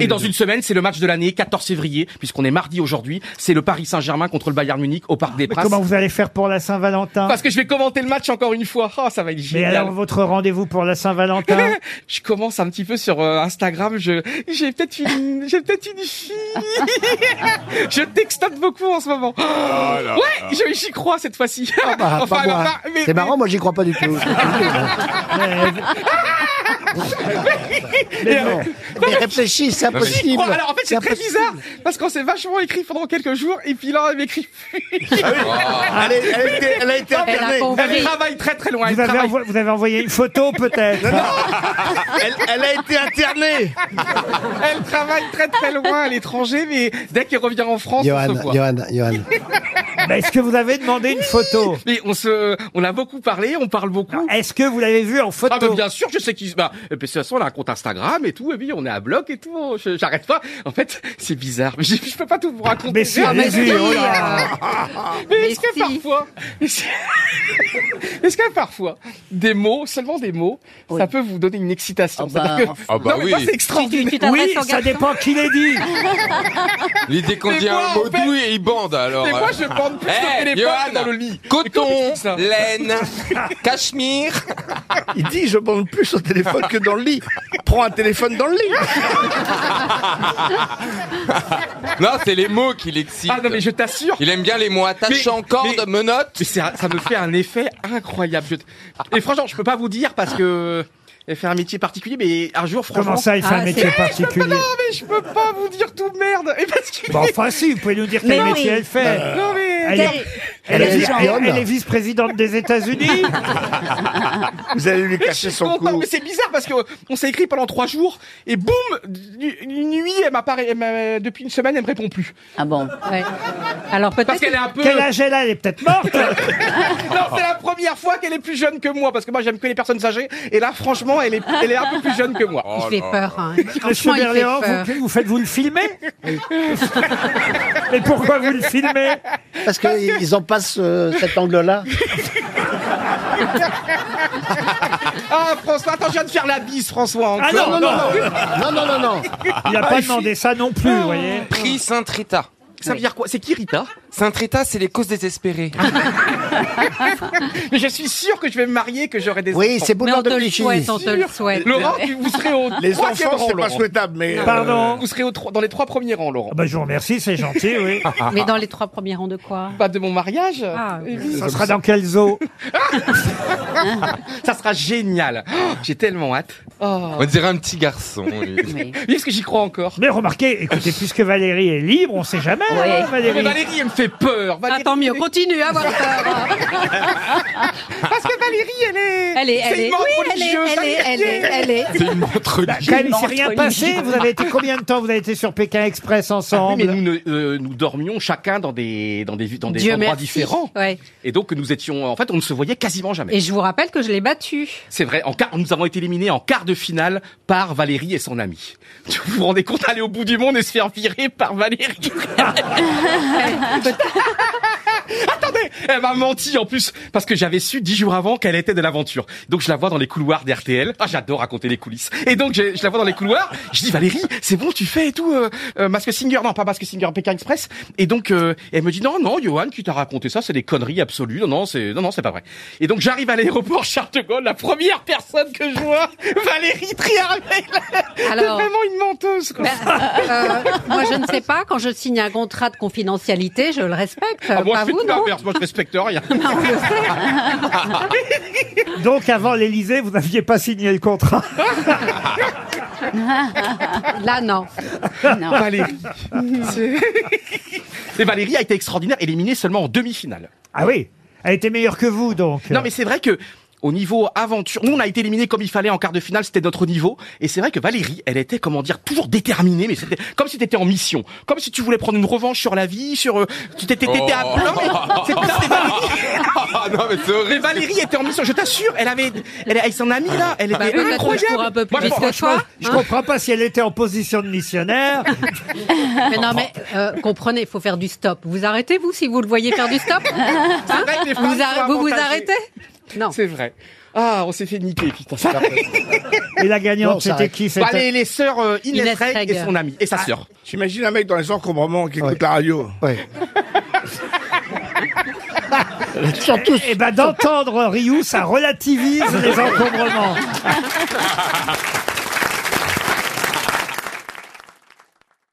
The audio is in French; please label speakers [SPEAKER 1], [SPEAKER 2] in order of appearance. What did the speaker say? [SPEAKER 1] Et dans une semaine, c'est le match de l'année, 14 février, puisqu'on est mardi aujourd'hui. C'est le Paris Saint-Germain contre le Bayern Munich au Parc des
[SPEAKER 2] Mais
[SPEAKER 1] Princes.
[SPEAKER 2] comment vous allez faire pour la Saint-Valentin
[SPEAKER 1] Parce que je vais commenter le match encore une fois. Ah, ça va être
[SPEAKER 2] Mais
[SPEAKER 1] génial.
[SPEAKER 2] alors, votre rendez-vous pour la Saint-Valentin
[SPEAKER 1] je commence un petit peu sur euh, Instagram. Je j'ai peut-être une j'ai peut-être une fille. je textate beaucoup en ce moment. ouais, je- j'y crois cette fois-ci. Enfin, enfin, mais-
[SPEAKER 3] C'est marrant, Ah bah, moi j'y crois pas du tout.
[SPEAKER 1] mais-
[SPEAKER 3] Mais réfléchis, c'est
[SPEAKER 1] mais j'y
[SPEAKER 3] impossible.
[SPEAKER 1] crois. Oh, Alors en fait c'est très
[SPEAKER 3] impossible.
[SPEAKER 1] bizarre parce qu'on s'est vachement écrit pendant quelques jours et puis là elle m'écrit.
[SPEAKER 4] Elle, est- elle a été- elle a été
[SPEAKER 5] Elle a
[SPEAKER 4] internée.
[SPEAKER 1] Elle travaille très très loin. Elle
[SPEAKER 2] vous avez,
[SPEAKER 1] travaille.
[SPEAKER 2] envo- vous avez envoyé une photo, peut-être
[SPEAKER 4] Elle, elle a été internée.
[SPEAKER 1] Elle travaille très très loin à l'étranger, mais dès qu'elle revient en France, on se
[SPEAKER 3] Johan,
[SPEAKER 1] voit.
[SPEAKER 3] Johan, Johan.
[SPEAKER 2] Mais Est-ce que vous avez demandé une photo
[SPEAKER 1] Mais on se, on a beaucoup parlé, on parle beaucoup.
[SPEAKER 2] Est-ce que vous l'avez vu en
[SPEAKER 1] Ah, mais
[SPEAKER 2] photo
[SPEAKER 1] bien sûr, je sais qui se bat. Et puis, de toute façon, on a un compte Instagram et tout, et puis on est à bloc et tout. on- je- J'arrête pas. En fait, c'est bizarre. Mais j'ai- je peux pas tout vous raconter.
[SPEAKER 2] Mais si,
[SPEAKER 1] Ah, mais-
[SPEAKER 2] allez-y, oh là
[SPEAKER 1] mais est-ce que
[SPEAKER 5] si.
[SPEAKER 1] parfois, est-ce est-ce que parfois, des mots, seulement des mots, ça peut vous donner une excitation
[SPEAKER 5] Ah bah,
[SPEAKER 1] C'est-à-dire que-
[SPEAKER 6] Ah bah
[SPEAKER 1] Non, mais
[SPEAKER 6] oui.
[SPEAKER 1] moi, c'est
[SPEAKER 5] Tu,
[SPEAKER 1] extraordinaire.
[SPEAKER 5] tu t'adresses
[SPEAKER 2] Oui,
[SPEAKER 5] au
[SPEAKER 2] ça
[SPEAKER 5] garçon. Ah,
[SPEAKER 2] dépend qui l'ait dit
[SPEAKER 6] L'idée qu'on
[SPEAKER 1] Mais
[SPEAKER 6] dit
[SPEAKER 1] moi,
[SPEAKER 6] un mot
[SPEAKER 1] en fait-
[SPEAKER 6] doux et il bande alors.
[SPEAKER 1] Mais moi, je bande plus
[SPEAKER 6] Eh,
[SPEAKER 1] que les
[SPEAKER 6] Johan,
[SPEAKER 1] femmes dans le lit.
[SPEAKER 6] Coton,
[SPEAKER 1] ça
[SPEAKER 6] laine, cachemire.
[SPEAKER 4] Il dit je bande plus au téléphone que dans le lit. Prends un téléphone dans le lit.
[SPEAKER 6] Non, c'est les mots qui l'excitent.
[SPEAKER 1] Ah non, mais je t'assure.
[SPEAKER 6] Il aime bien les mots attachants,
[SPEAKER 1] Mais-
[SPEAKER 6] cordes,
[SPEAKER 1] mais-
[SPEAKER 6] menottes.
[SPEAKER 1] Mais c'est un- ça me fait un effet incroyable. Je- Et franchement, je peux pas vous dire parce que elle fait un métier particulier, mais un jour, franchement.
[SPEAKER 2] Comment ça, il fait un
[SPEAKER 5] Ah,
[SPEAKER 2] métier particulier
[SPEAKER 1] Non, mais je peux pas vous dire tout merde. Et parce que.
[SPEAKER 2] Bon, Euh, enfin, si, vous pouvez nous dire quel
[SPEAKER 5] Mais oui. Euh,
[SPEAKER 2] métier elle fait
[SPEAKER 1] Non, mais.
[SPEAKER 2] Elle est- elle est
[SPEAKER 3] Elle est
[SPEAKER 2] vice-
[SPEAKER 3] espionne.
[SPEAKER 2] elle est vice-présidente des États-Unis
[SPEAKER 4] Vous allez lui
[SPEAKER 1] Je
[SPEAKER 4] cacher
[SPEAKER 1] suis
[SPEAKER 4] son
[SPEAKER 1] content,
[SPEAKER 4] cou.
[SPEAKER 1] mais c'est bizarre parce que on s'est écrit pendant trois jours et boum, du- une nuit, elle m'apparaît, elle m'a- depuis une semaine, elle me répond plus.
[SPEAKER 5] Ah bon ouais. Alors peut-être.
[SPEAKER 1] Parce qu'elle est un peu.
[SPEAKER 2] Quel âge elle a Elle est peut-être morte euh,
[SPEAKER 1] Non, c'est la première fois qu'elle est plus jeune que moi parce que moi j'aime que les personnes âgées et là, franchement, elle est, elle est un peu plus jeune que moi.
[SPEAKER 6] Oh
[SPEAKER 5] Il fait
[SPEAKER 6] là.
[SPEAKER 5] peur. Hein.
[SPEAKER 2] Monsieur
[SPEAKER 5] Franchement, il fait
[SPEAKER 2] Berléand,
[SPEAKER 5] peur.
[SPEAKER 2] vous, vous faites-vous le filmer Mais pourquoi vous le filmez
[SPEAKER 3] Parce qu'ils en passent euh, cet angle-là.
[SPEAKER 1] Ah, François, attends, je viens de faire la bise, François.
[SPEAKER 2] Ah
[SPEAKER 1] encore.
[SPEAKER 2] non, non, non
[SPEAKER 3] Non, non, non, non.
[SPEAKER 2] Il
[SPEAKER 5] Ah,
[SPEAKER 2] n'a pas demandé ça non plus, vous voyez
[SPEAKER 6] Prix Saint-Rita.
[SPEAKER 1] Ça veut dire quoi C'est qui Rita
[SPEAKER 6] Saint-Rita, c'est les causes désespérées.
[SPEAKER 1] Ah. Mais je suis sûr que je vais me marier, que j'aurai des
[SPEAKER 3] Oui,
[SPEAKER 1] enfants.
[SPEAKER 3] c'est
[SPEAKER 5] Mais on
[SPEAKER 3] boulevard
[SPEAKER 5] te
[SPEAKER 3] de
[SPEAKER 5] le
[SPEAKER 3] Clichy.
[SPEAKER 5] souhaite, on te le souhaite.
[SPEAKER 1] Laurent, tu- vous serez au
[SPEAKER 4] Les
[SPEAKER 1] troisième
[SPEAKER 4] enfants,
[SPEAKER 1] rang,
[SPEAKER 4] c'est pas
[SPEAKER 1] Laurent.
[SPEAKER 4] souhaitable, mais. euh,
[SPEAKER 2] Pardon
[SPEAKER 1] Vous serez au tro- dans les trois premiers rangs, Laurent.
[SPEAKER 2] Ah bah, Je vous remercie, c'est gentil, oui.
[SPEAKER 1] Ah,
[SPEAKER 5] Mais dans les trois premiers rangs de quoi
[SPEAKER 1] Pas de mon mariage.
[SPEAKER 5] Ah, oui.
[SPEAKER 1] Eh oui,
[SPEAKER 2] Ça sera dans quel zoo
[SPEAKER 1] Ça sera génial. Oh, J'ai tellement hâte. Oh.
[SPEAKER 6] On dirait un petit garçon. lui.
[SPEAKER 5] Mais-
[SPEAKER 1] Oui, parce que j'y crois encore.
[SPEAKER 2] Mais remarquez, écoutez, puisque Valérie est libre, on sait jamais,
[SPEAKER 5] Oui.
[SPEAKER 2] hein,
[SPEAKER 1] Mais
[SPEAKER 2] Valérie
[SPEAKER 1] Valérie, elle me fait peur.
[SPEAKER 5] Ah,
[SPEAKER 1] Valérie,
[SPEAKER 5] tant mieux, continue à avoir peur.
[SPEAKER 1] Parce que Valérie, elle est.
[SPEAKER 5] Elle est, elle
[SPEAKER 1] C'est
[SPEAKER 5] est,
[SPEAKER 1] une mort
[SPEAKER 5] oui, elle est,
[SPEAKER 1] religieuse.
[SPEAKER 5] elle est, elle est, elle est.
[SPEAKER 6] C'est une montre
[SPEAKER 2] Bah, quand même, il
[SPEAKER 5] Une
[SPEAKER 2] s'est rien
[SPEAKER 5] entre
[SPEAKER 2] passé.
[SPEAKER 5] les-
[SPEAKER 2] Vous avez été combien de temps Vous avez été sur Pékin Express
[SPEAKER 1] Oui,
[SPEAKER 2] ensemble
[SPEAKER 1] mais nous, ne- euh, nous dormions chacun dans des dans des dans des
[SPEAKER 5] Dieu
[SPEAKER 1] endroits
[SPEAKER 5] merci.
[SPEAKER 1] différents
[SPEAKER 5] Ouais.
[SPEAKER 1] et donc nous étions en fait on ne se voyait quasiment jamais.
[SPEAKER 5] Et je vous rappelle que je l'ai battu.
[SPEAKER 1] C'est vrai, en quart, nous avons été éliminés en quart de finale par Valérie et son ami. Vous vous rendez compte, aller au bout du monde et se faire virer par Valérie Attendez, elle m'a menti en plus, parce que j'avais su dix jours avant qu'elle était de l'aventure. Donc je la vois dans les couloirs d'RTL. Ah, j'adore raconter les coulisses. Et donc je, je la vois dans les couloirs, je dis Valérie, c'est bon, tu fais et tout, euh, euh, Mask Singer, non pas Mask Singer, Pékin Express. Et donc euh, elle me dit, non, non, Johan, tu t'as raconté ça, c'est des conneries absolues, non, non, c'est non, non, c'est pas vrai. Et donc j'arrive à l'aéroport Charles de Gaulle, la première personne que je vois, Valérie Triarmel,
[SPEAKER 5] Alors-
[SPEAKER 1] vraiment une menteuse. Quoi.
[SPEAKER 5] Euh, moi, je ne sais pas, quand je signe un contrat de confidentialité, je le respecte.
[SPEAKER 1] Ah, moi,
[SPEAKER 5] pas
[SPEAKER 1] je fais
[SPEAKER 5] bah vous,
[SPEAKER 1] tout
[SPEAKER 5] non
[SPEAKER 1] l'inverse, moi je respecte rien.
[SPEAKER 2] Donc avant l'Elysée, vous n'aviez pas signé le contrat.
[SPEAKER 5] Là, non.
[SPEAKER 1] Valérie. C'est- Et Valérie a été extraordinaire, éliminée seulement en demi-finale.
[SPEAKER 2] Ah oui Elle était meilleure que vous, donc.
[SPEAKER 1] Non, mais c'est vrai que au niveau aventure, nous on a été éliminés comme il fallait en quart de finale, c'était notre niveau. Et c'est vrai que Valérie, elle était comment dire toujours déterminée, mais c'était comme si t'étais en mission, comme si tu voulais prendre une revanche sur la vie, sur euh, tu t'étais t'étais à
[SPEAKER 6] Oh.
[SPEAKER 1] non, mais c'est- non, mais Valérie,
[SPEAKER 6] Ah non, mais c'est
[SPEAKER 1] mais
[SPEAKER 6] horrible.
[SPEAKER 1] Valérie était en mission, je t'assure, elle avait, elle avec son amie là, elle
[SPEAKER 5] Bah,
[SPEAKER 1] était
[SPEAKER 5] peut-être
[SPEAKER 1] incroyable.
[SPEAKER 5] pour un peu plus
[SPEAKER 1] Moi, je
[SPEAKER 5] vite
[SPEAKER 1] pense-
[SPEAKER 5] que toi.
[SPEAKER 2] Je comprends pas si elle était en position de missionnaire.
[SPEAKER 5] Mais non, mais euh, comprenez, il faut faire du stop. Vous arrêtez, vous, si vous le voyez faire du stop Hein
[SPEAKER 1] vrai que les femmes
[SPEAKER 5] vous,
[SPEAKER 1] sont
[SPEAKER 5] arr- vous vous
[SPEAKER 1] avantagées.
[SPEAKER 5] arrêtez Non.
[SPEAKER 1] C'est vrai. Ah, on s'est fait niquer, putain. c'est pas vrai.
[SPEAKER 2] Et la
[SPEAKER 3] Non,
[SPEAKER 2] gagnante,
[SPEAKER 3] ça
[SPEAKER 2] c'était
[SPEAKER 3] arrête.
[SPEAKER 2] qui
[SPEAKER 1] Bah,
[SPEAKER 2] c'était
[SPEAKER 1] les, les sœurs euh, Inès,
[SPEAKER 5] Inès
[SPEAKER 1] Reg
[SPEAKER 5] Reg.
[SPEAKER 1] et son amie, et sa sœur.
[SPEAKER 4] J'imagine un mec dans les encombrements qui écoute la radio.
[SPEAKER 3] Ouais. Ils sont tous.
[SPEAKER 2] Eh ben, d'entendre Ryu, ça relativise les encombrements.